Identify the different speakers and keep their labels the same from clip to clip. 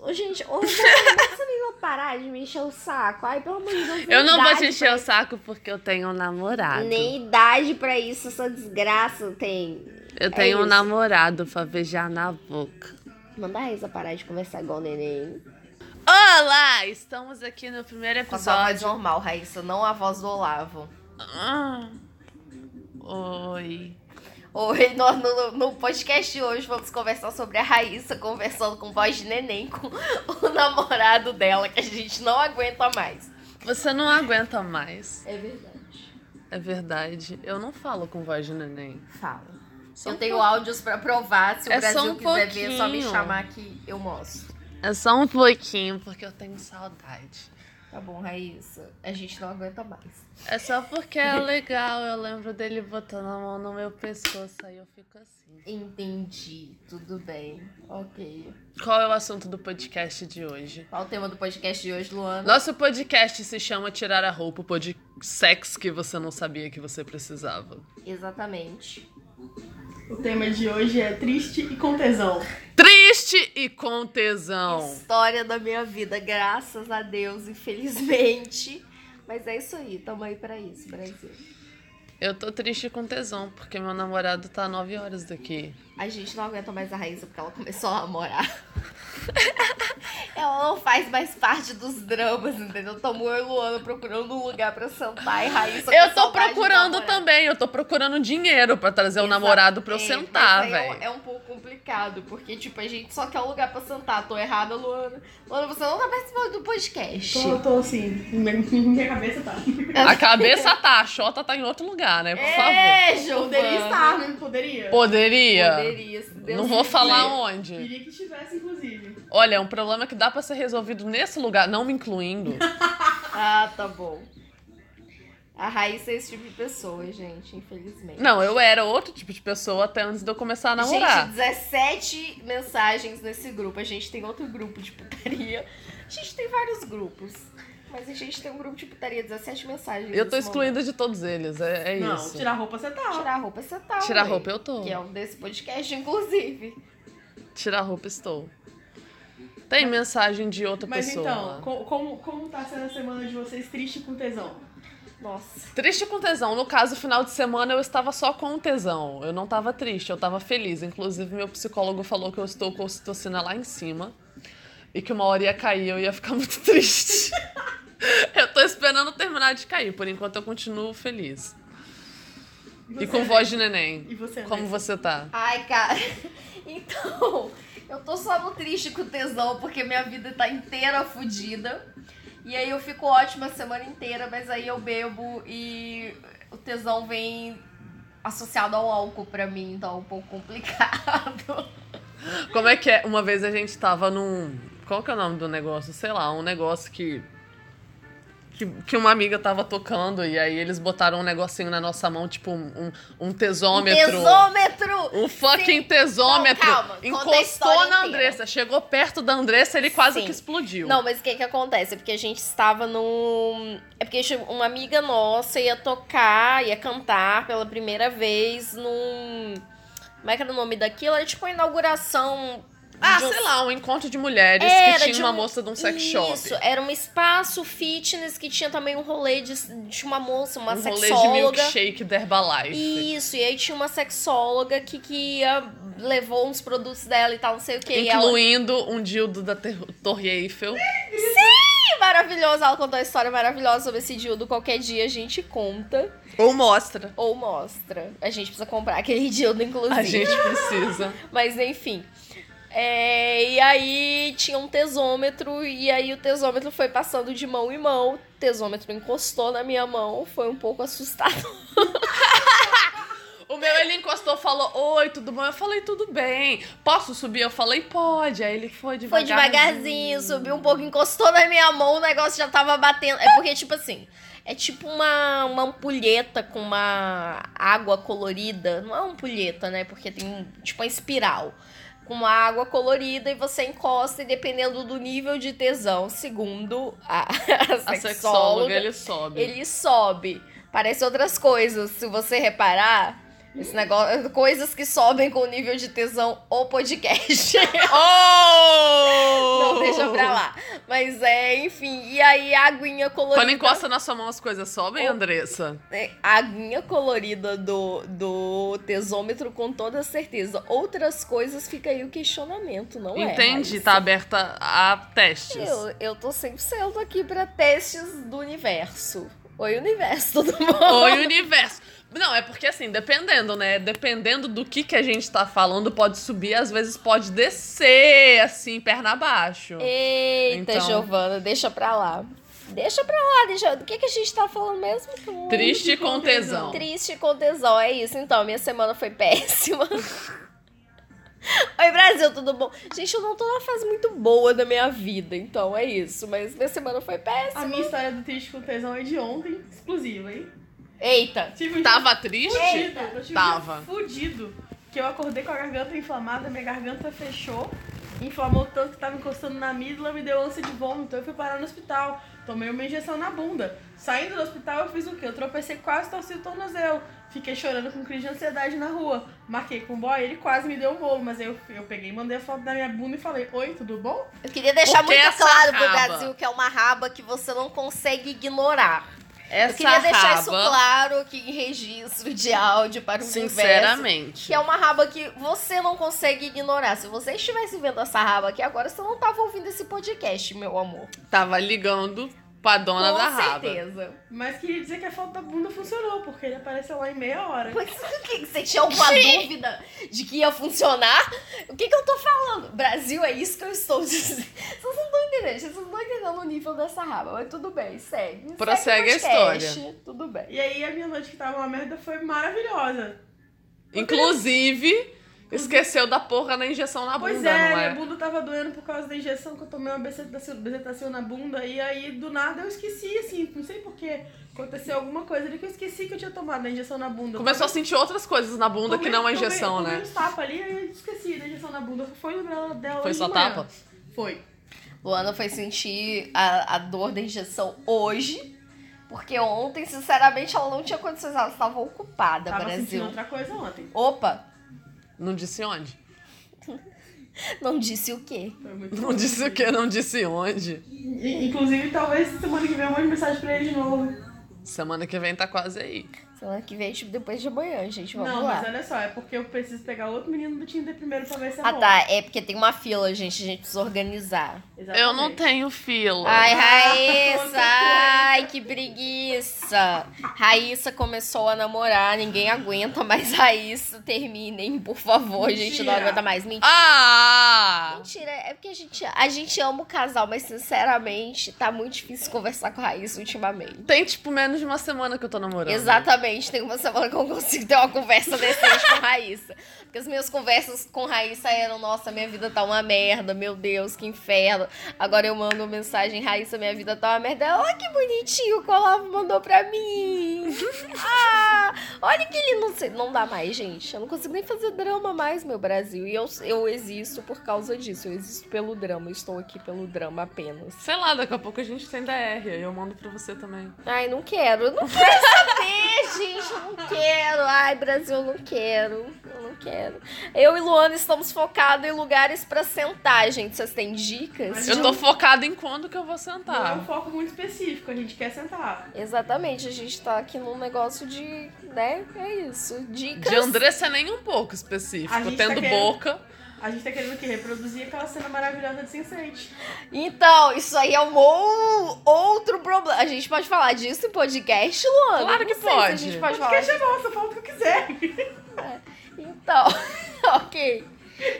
Speaker 1: Ô, gente, ô, você não vai parar de me encher o saco. Ai, pelo amor de Deus.
Speaker 2: Eu não vou
Speaker 1: idade
Speaker 2: te encher o saco porque eu tenho um namorado.
Speaker 1: Nem idade pra isso, essa desgraça tem.
Speaker 2: Eu tenho um
Speaker 1: isso.
Speaker 2: namorado pra beijar na boca.
Speaker 1: Manda a Isa parar de conversar igual o neném.
Speaker 2: Olá, estamos aqui no primeiro
Speaker 3: Com a sua voz
Speaker 2: episódio.
Speaker 3: Tá normal, Raíssa, não a voz do Olavo.
Speaker 2: Ah. Oi.
Speaker 3: Hoje, no, no, no podcast de hoje, vamos conversar sobre a Raíssa conversando com voz de neném com o namorado dela, que a gente não aguenta mais.
Speaker 2: Você não aguenta mais.
Speaker 3: É verdade.
Speaker 2: É verdade. Eu não falo com voz de neném.
Speaker 3: Fala.
Speaker 2: Só
Speaker 3: eu
Speaker 2: um
Speaker 3: tenho
Speaker 2: pouco.
Speaker 3: áudios pra provar. Se o
Speaker 2: É só
Speaker 3: Brasil
Speaker 2: um
Speaker 3: quiser ver, é só me
Speaker 2: pouquinho.
Speaker 3: chamar que eu mostro.
Speaker 2: É só um pouquinho, porque eu tenho saudade.
Speaker 3: Tá bom, Raíssa. A gente não aguenta mais.
Speaker 2: É só porque é legal. Eu lembro dele botando a mão no meu pescoço, aí eu fico assim.
Speaker 3: Entendi. Tudo bem. Ok.
Speaker 2: Qual é o assunto do podcast de hoje?
Speaker 3: Qual o tema do podcast de hoje, Luana?
Speaker 2: Nosso podcast se chama Tirar a Roupa, o pod sexo que você não sabia que você precisava.
Speaker 3: Exatamente.
Speaker 4: O tema de hoje é triste e com tesão.
Speaker 2: Triste e com tesão.
Speaker 3: História da minha vida, graças a Deus, infelizmente. Mas é isso aí, tamo aí pra isso, Brasil.
Speaker 2: Eu tô triste com tesão, porque meu namorado tá 9 horas daqui.
Speaker 3: A gente não aguenta mais a Raíssa porque ela começou a namorar. ela não faz mais parte dos dramas, entendeu? Tamo eu e Luana procurando um lugar pra sentar e Raíssa. com
Speaker 2: Eu tô
Speaker 3: saudade de
Speaker 2: procurando
Speaker 3: namorar.
Speaker 2: também, eu tô procurando dinheiro pra trazer o
Speaker 3: Exato,
Speaker 2: namorado pra eu
Speaker 3: é,
Speaker 2: sentar,
Speaker 3: mas aí é um-
Speaker 2: velho.
Speaker 3: É um pouco complicado, porque, tipo, a gente só quer um lugar pra sentar. Tô errada, Luana. Luana, você não tá participando do podcast.
Speaker 4: Tô, tô assim, minha, minha cabeça tá.
Speaker 2: A cabeça tá, a xota tá em outro lugar, né? Por favor.
Speaker 3: É, Giovana.
Speaker 4: Poderia estar, né? Poderia.
Speaker 2: Poderia.
Speaker 3: Poderia, se Deus
Speaker 2: Não vou
Speaker 3: quiser.
Speaker 2: falar um- onde.
Speaker 4: Queria que estivesse, inclusive.
Speaker 2: Olha, é um problema que dá pra ser resolvido nesse lugar, não me incluindo.
Speaker 3: Ah, tá bom. A Raíssa é esse tipo de pessoa, gente, infelizmente.
Speaker 2: Não, eu era outro tipo de pessoa até antes de eu começar a namorar.
Speaker 3: Gente, 17 mensagens nesse grupo. A gente tem outro grupo de putaria. A gente tem vários grupos. Mas a gente tem um grupo de putaria, 17 mensagens.
Speaker 2: eu tô
Speaker 3: nesse momento.
Speaker 2: excluída de todos eles, é, é
Speaker 4: Não,
Speaker 2: isso.
Speaker 4: tirar roupa você tá.
Speaker 3: Tirar a roupa, você tá.
Speaker 2: Tirar
Speaker 3: ué.
Speaker 2: roupa eu tô.
Speaker 3: Que é um desse podcast, inclusive.
Speaker 2: Tirar roupa estou. Tem mensagem de outra
Speaker 4: Mas
Speaker 2: pessoa.
Speaker 4: então, co- como, como tá sendo a semana de vocês triste e com tesão?
Speaker 3: Nossa.
Speaker 2: Triste com tesão. No caso, final de semana eu estava só com tesão. Eu não estava triste, eu estava feliz. Inclusive, meu psicólogo falou que eu estou com ocitocina lá em cima. E que uma hora ia cair, eu ia ficar muito triste. eu tô esperando terminar de cair. Por enquanto, eu continuo feliz. E com
Speaker 4: você?
Speaker 2: voz de neném.
Speaker 4: E você,
Speaker 2: Como
Speaker 4: né?
Speaker 2: você tá?
Speaker 3: Ai, cara. Então, eu tô só no triste com tesão, porque minha vida tá inteira fodida. E aí eu fico ótima a semana inteira, mas aí eu bebo e o tesão vem associado ao álcool pra mim, então é um pouco complicado.
Speaker 2: Como é que é? Uma vez a gente tava num. Qual que é o nome do negócio? Sei lá, um negócio que. Que, que uma amiga tava tocando e aí eles botaram um negocinho na nossa mão, tipo um, um- um tesômetro.
Speaker 3: Tesômetro!
Speaker 2: Um fucking
Speaker 3: Sim.
Speaker 2: tesômetro.
Speaker 3: Não, calma, conta a
Speaker 2: Encostou
Speaker 3: história
Speaker 2: na
Speaker 3: inteira.
Speaker 2: Andressa, chegou perto da Andressa, ele quase
Speaker 3: Sim.
Speaker 2: que explodiu.
Speaker 3: Não, mas o que que acontece? É porque a gente estava num... É porque che- uma amiga nossa ia tocar, ia cantar pela primeira vez num... Como é que era o nome daquilo? Era tipo uma inauguração...
Speaker 2: ah,
Speaker 3: de um-
Speaker 2: sei lá, um encontro de mulheres
Speaker 3: Era
Speaker 2: que tinha
Speaker 3: de
Speaker 2: uma
Speaker 3: um-
Speaker 2: moça de um sex shop.
Speaker 3: Isso, era um espaço fitness que tinha também um rolê de, de uma moça, uma
Speaker 2: um rolê de
Speaker 3: sexóloga.
Speaker 2: milkshake da Herbalife.
Speaker 3: Isso, e aí tinha uma sexóloga que, que ia- levou uns produtos dela e tal, não sei o que. E ela
Speaker 2: Incluindo um dildo da Ter- Torre Eiffel.
Speaker 3: Ih, maravilhosa, ela contou uma história maravilhosa sobre esse dildo. Qualquer dia a gente conta
Speaker 2: Ou mostra.
Speaker 3: ou mostra. A gente precisa comprar aquele dildo, inclusive.
Speaker 2: A gente precisa.
Speaker 3: Mas enfim. É, e aí tinha um tesômetro, e aí o tesômetro foi passando de mão em mão. O tesômetro encostou na minha mão, foi um pouco assustado.
Speaker 2: O meu, ele encostou, falou, oi, tudo bom? Eu falei, tudo bem. Posso subir? Eu falei, pode. Aí ele foi
Speaker 3: Foi
Speaker 2: devagarzinho.
Speaker 3: devagarzinho, subiu um pouco, encostou na minha mão, o negócio já tava batendo. É porque, tipo assim, é tipo uma, uma ampulheta com uma água colorida. Não é uma ampulheta, né? Porque tem um- tipo uma espiral. Com uma água colorida e você encosta, e dependendo do nível de tesão, segundo a,
Speaker 2: A sexóloga,
Speaker 3: sexóloga
Speaker 2: ele sobe.
Speaker 3: ele sobe. Parece outras coisas, se você reparar. Esse negócio, coisas que sobem com o nível de tesão ou podcast.
Speaker 2: Oh!
Speaker 3: Não, deixa pra lá. Mas é, enfim. E aí, a aguinha colorida.
Speaker 2: Quando encosta na sua mão, as coisas sobem, Andressa?
Speaker 3: É, A aguinha colorida do, do tesômetro, com toda certeza. Outras coisas fica aí o questionamento, não é?
Speaker 2: Entendi,
Speaker 3: Raíssa?
Speaker 2: tá aberta a testes.
Speaker 3: Eu, eu tô 100% aqui pra testes do universo. Oi, universo, todo mundo.
Speaker 2: Oi, universo. Não, é porque assim, dependendo, né? Dependendo do que, que a gente tá falando, pode subir, às vezes pode descer, assim, perna abaixo.
Speaker 3: Eita,
Speaker 2: Então.
Speaker 3: Giovana, deixa pra lá. Deixa pra lá, deixa. Do que, que a gente tá falando mesmo? Que eu não lembro.
Speaker 2: Triste com tesão.
Speaker 3: Triste com tesão, é isso. Então, minha semana foi péssima. Oi, Brasil, tudo bom? Gente, eu não tô numa fase muito boa da minha vida, então é isso. Mas minha semana foi péssima.
Speaker 4: A minha história do triste com tesão é de ontem, exclusiva, hein?
Speaker 3: Eita!
Speaker 4: Tive um
Speaker 2: Tava
Speaker 4: dia
Speaker 2: triste?
Speaker 4: fudido, eu tive um
Speaker 2: Tava.
Speaker 4: dia fudido, que eu acordei com a garganta inflamada, minha garganta fechou, inflamou tanto que tava encostando na amígdala, me deu ânsia de vômito, eu fui parar no hospital, tomei uma injeção na bunda. Saindo do hospital, eu fiz o quê? Eu tropecei, quase torci o tornozelo. Fiquei chorando com crise de ansiedade na rua. Marquei com o boy, ele quase me deu um bolo, mas aí eu, eu peguei, mandei a foto da minha bunda e falei, oi, tudo bom?
Speaker 3: Eu queria deixar
Speaker 2: Porque
Speaker 3: muito
Speaker 2: essa
Speaker 3: claro pro
Speaker 2: raba-
Speaker 3: Brasil que é uma raba que você não consegue ignorar.
Speaker 2: Essa
Speaker 3: eu queria deixar
Speaker 2: raba,
Speaker 3: isso claro aqui em registro de áudio para o universo.
Speaker 2: sinceramente.
Speaker 3: Que é uma raba que você não consegue ignorar. Se você estivesse vendo essa raba aqui agora, você não tava ouvindo esse podcast, meu amor.
Speaker 2: Tava ligando pra dona
Speaker 3: Com
Speaker 2: da raba.
Speaker 3: certeza.
Speaker 4: Mas queria dizer que a foto da bunda funcionou, porque ele apareceu lá em meia hora.
Speaker 3: Pois, o que, você tinha alguma dúvida de que ia funcionar? O que, que eu tô falando? Brasil, é isso que eu estou dizendo. Vocês não estão entendendo, vocês não estão entendendo o nível dessa raba, mas tudo bem, segue.
Speaker 2: Prossegue a
Speaker 3: segue o podcast, Tudo bem.
Speaker 4: E aí a minha noite que tava uma merda foi maravilhosa.
Speaker 2: Inclusive, esqueceu da porra na injeção na
Speaker 4: Pois
Speaker 2: bunda,
Speaker 4: é,
Speaker 3: né?
Speaker 2: não
Speaker 4: minha
Speaker 2: é?
Speaker 4: bunda tava doendo por causa da injeção que eu tomei uma bezetacil bezetacil na bunda. E aí, do nada, eu esqueci, assim, não sei porquê. Aconteceu alguma coisa ali que eu esqueci que eu tinha tomado a injeção na bunda.
Speaker 2: é? Começou a sentir outras coisas na bunda que não é injeção,
Speaker 4: tomei,
Speaker 2: né?
Speaker 4: Tomei uns tapa ali aí eu esqueci da injeção na bunda. Foi no dela dela.
Speaker 2: Foi
Speaker 4: hoje
Speaker 2: só
Speaker 4: de
Speaker 3: né?
Speaker 4: manhã.
Speaker 2: tapa?
Speaker 4: Foi.
Speaker 3: Luana foi sentir a, a dor da injeção hoje, porque ontem, sinceramente, ela não tinha condições, ela estava ocupada,
Speaker 4: Tava sentindo
Speaker 3: Brasil.
Speaker 4: outra coisa ontem.
Speaker 3: Opa,
Speaker 2: Não disse onde?
Speaker 3: não disse o quê?
Speaker 4: Foi muito
Speaker 2: Não disse o que, não disse onde.
Speaker 4: I- Inclusive, talvez semana que vem eu mande mensagem pra ele de novo.
Speaker 2: Semana que vem tá quase aí.
Speaker 3: Semana que vem, tipo, depois de amanhã, gente, vamos
Speaker 4: não,
Speaker 3: lá.
Speaker 4: mas olha só, é porque eu preciso pegar outro menino do Tinder primeiro pra ver se é
Speaker 3: Ah
Speaker 4: bom.
Speaker 3: tá, é porque tem uma fila, gente, a gente precisa organizar.
Speaker 2: Eu não
Speaker 4: Exatamente.
Speaker 2: tenho fila.
Speaker 3: Ai,
Speaker 4: com
Speaker 3: Raíssa,
Speaker 4: certeza.
Speaker 3: ai, que preguiça. Raíssa começou a namorar, ninguém aguenta mais Raíssa. Terminem, por favor, a gente não
Speaker 4: Mentira.
Speaker 3: aguenta mais. Mentira.
Speaker 2: Ah!
Speaker 3: Mentira, é porque a gente, a gente ama o casal, mas sinceramente, tá muito difícil conversar com a Raíssa ultimamente.
Speaker 2: Tem tipo menos de uma semana que eu tô namorando.
Speaker 3: Exatamente, tem uma semana que eu não consigo ter uma conversa decente com a Raíssa. Porque as minhas conversas com Raíssa eram, nossa, minha vida tá uma merda, meu Deus, que inferno. Agora eu mando uma mensagem, Raíssa, minha vida tá uma merda. Ela, Olha que bonitinho, o Colavo mandou pra mim. Ah, olha que ele não sei, não dá mais, gente. Eu não consigo nem fazer drama mais, meu Brasil. E eu, eu existo por causa disso, eu existo pelo drama, eu estou aqui pelo drama apenas.
Speaker 2: Sei lá, daqui a pouco a gente tem DR, aí eu mando pra você também.
Speaker 3: Ai, não quero. Eu não quero saber, gente. Eu não quero. Ai, Brasil, eu não quero. Eu não quero. Eu e Luana estamos focados em lugares pra sentar, gente. Vocês têm dicas?
Speaker 4: Mas
Speaker 2: Eu tô focada em quando que eu vou
Speaker 4: Não é um
Speaker 2: sentar.
Speaker 4: foco muito específico, a gente quer sentar.
Speaker 3: Exatamente, a gente tá aqui num negócio de. né? É isso. Dicas.
Speaker 2: De Andressa nem um pouco específico.
Speaker 4: A gente tá
Speaker 2: Tendo
Speaker 4: querendo-
Speaker 2: boca.
Speaker 4: A gente tá querendo o quê? Reproduzir aquela cena maravilhosa de Sense8.
Speaker 3: Então, isso aí é um ou- outro problema. A gente pode falar disso em podcast, Luana?
Speaker 2: Claro que
Speaker 3: Não sei
Speaker 2: pode.
Speaker 3: Se a gente pode falar
Speaker 4: Podcast é nosso, fala o que eu quiser.
Speaker 3: Então, ok.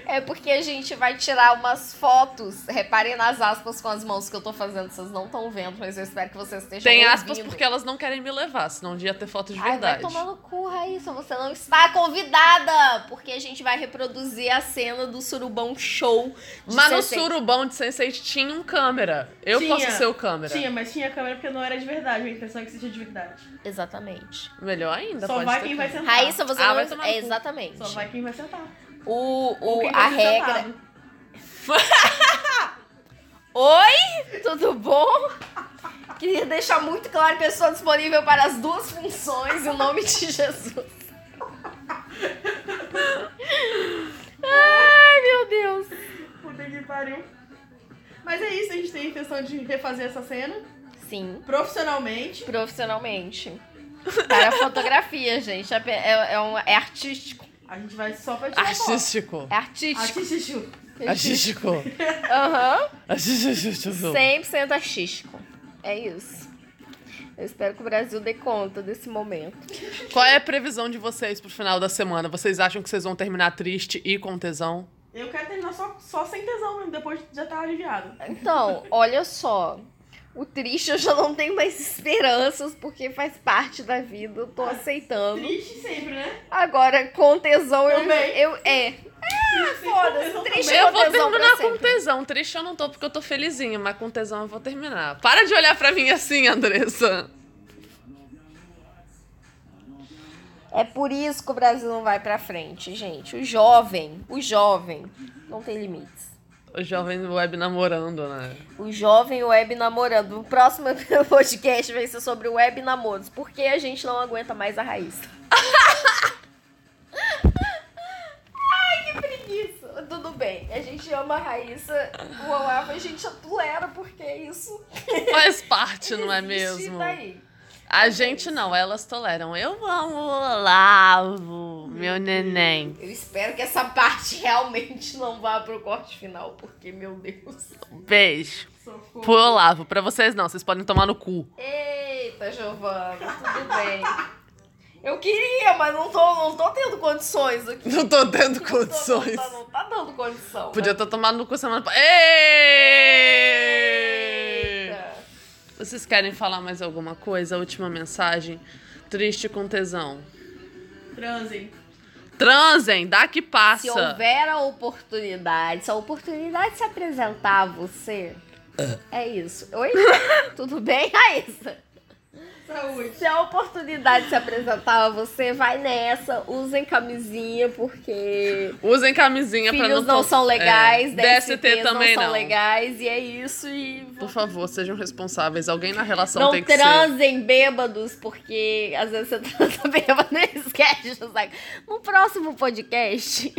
Speaker 3: É porque a gente vai tirar umas fotos. Reparem nas aspas com as mãos que eu tô fazendo. Vocês não estão vendo, mas eu espero que vocês estejam
Speaker 2: Tem
Speaker 3: ouvindo.
Speaker 2: aspas porque elas não querem me levar, senão um dia ter foto de
Speaker 3: Ai, vai
Speaker 2: verdade.
Speaker 4: um
Speaker 3: tomar no cu, Raíssa. Você não está convidada! Porque a gente vai reproduzir a cena do Surubão Show. de
Speaker 2: Mas no
Speaker 3: 60.
Speaker 2: surubão de Sensei tinha um câmera. Eu
Speaker 4: Tinha.
Speaker 2: posso ser o câmera.
Speaker 4: Tinha, mas tinha câmera porque não era de verdade. Minha intenção é que seja de verdade.
Speaker 3: Exatamente.
Speaker 2: Melhor ainda,
Speaker 4: Só
Speaker 2: pode
Speaker 4: vai
Speaker 2: ter
Speaker 4: quem
Speaker 2: câmera.
Speaker 4: vai sentar.
Speaker 3: Raíssa, você
Speaker 2: Ah,
Speaker 3: não...
Speaker 2: vai tomar no
Speaker 3: é,
Speaker 2: cu.
Speaker 3: Exatamente.
Speaker 4: Só vai quem vai sentar.
Speaker 3: O,
Speaker 4: Ou
Speaker 3: o,
Speaker 4: quem
Speaker 3: a
Speaker 4: vai ser
Speaker 3: regra...
Speaker 4: sentado.
Speaker 3: Oi, tudo bom? Queria deixar muito claro que eu estou disponível para as duas funções em nome de Jesus.
Speaker 4: que pariu. Mas é isso, a gente tem a intenção de refazer essa cena
Speaker 3: Sim.
Speaker 4: profissionalmente.
Speaker 3: Profissionalmente. Para fotografia, gente. É, é, é um- é artístico.
Speaker 4: A gente vai só pra tirar foto.
Speaker 2: Artístico.
Speaker 3: É artístico.
Speaker 4: Artístico.
Speaker 2: Artístico.
Speaker 3: Aham.
Speaker 2: Artístico.
Speaker 3: 100% artístico. É isso. Eu espero que o Brasil dê conta desse momento.
Speaker 2: Qual é a previsão de vocês pro final da semana? Vocês acham que vocês vão terminar triste e com tesão?
Speaker 4: Eu quero terminar só, só sem tesão mesmo, depois já tá aliviado.
Speaker 3: Então, olha só. O triste eu já não tenho mais esperanças, porque faz parte da vida, eu tô aceitando.
Speaker 4: Triste sempre, né?
Speaker 3: Agora, com tesão, eu,
Speaker 4: Também.
Speaker 3: eu. É.
Speaker 4: Triste sempre,
Speaker 3: foda-se,
Speaker 4: tesão
Speaker 3: triste.
Speaker 4: também.
Speaker 2: Eu vou
Speaker 3: tesão pra
Speaker 2: terminar com
Speaker 3: sempre.
Speaker 2: tesão. Triste eu não tô porque eu tô felizinha, mas com tesão eu vou terminar. Para de olhar pra mim assim, Andressa.
Speaker 3: É por isso que o Brasil não vai pra frente, gente. O jovem, o jovem, não tem limites.
Speaker 2: O jovem web namorando, né?
Speaker 3: O jovem web namorando. O próximo podcast vai ser sobre web namoros. Porque a gente não aguenta mais a raiz. Ai, que preguiça. Tudo bem, a gente ama a Raíssa, o Olavo a gente atulera, porque isso
Speaker 2: Faz parte, não é
Speaker 3: existe
Speaker 2: mesmo?
Speaker 3: daí.
Speaker 2: A gente não, elas toleram. Eu amo o Olavo, meu neném.
Speaker 3: Eu espero que essa parte realmente não vá pro corte final, porque, meu Deus.
Speaker 2: Beijo.
Speaker 4: Socorro.
Speaker 2: Pro Olavo, pra vocês não, vocês podem tomar no cu.
Speaker 3: Eita, Giovana, tudo bem. Eu queria, mas não tô, não tô tendo condições aqui.
Speaker 2: Não tô dando
Speaker 3: Não tô-
Speaker 2: condições.
Speaker 3: Não tá, não tá dando condição.
Speaker 2: Podia ter tomado no cu semana passada. Ei!
Speaker 3: Eita.
Speaker 2: Vocês querem falar mais alguma coisa? Última mensagem? Triste com tesão.
Speaker 4: Transem.
Speaker 2: Transem, dá que
Speaker 3: Se
Speaker 2: passa.
Speaker 3: houver a oportunidade, se a oportunidade se apresentar a você, é isso. Oi? Tudo bem, Raíssa?
Speaker 4: Saúde.
Speaker 3: Se a oportunidade se apresentar a você, vai nessa, usem camisinha, porque
Speaker 2: Usem camisinha pra
Speaker 3: filhos
Speaker 2: não...
Speaker 3: não,
Speaker 2: to-
Speaker 3: são legais, né?
Speaker 2: É,
Speaker 3: DST
Speaker 2: DST também
Speaker 3: não são
Speaker 2: não.
Speaker 3: legais, e é isso. E
Speaker 2: Por favor, sejam responsáveis. Alguém na relação
Speaker 3: não
Speaker 2: tem que ser.
Speaker 3: transem bêbados, tá porque às vezes você transa bêbado e esquece o saco. No próximo podcast,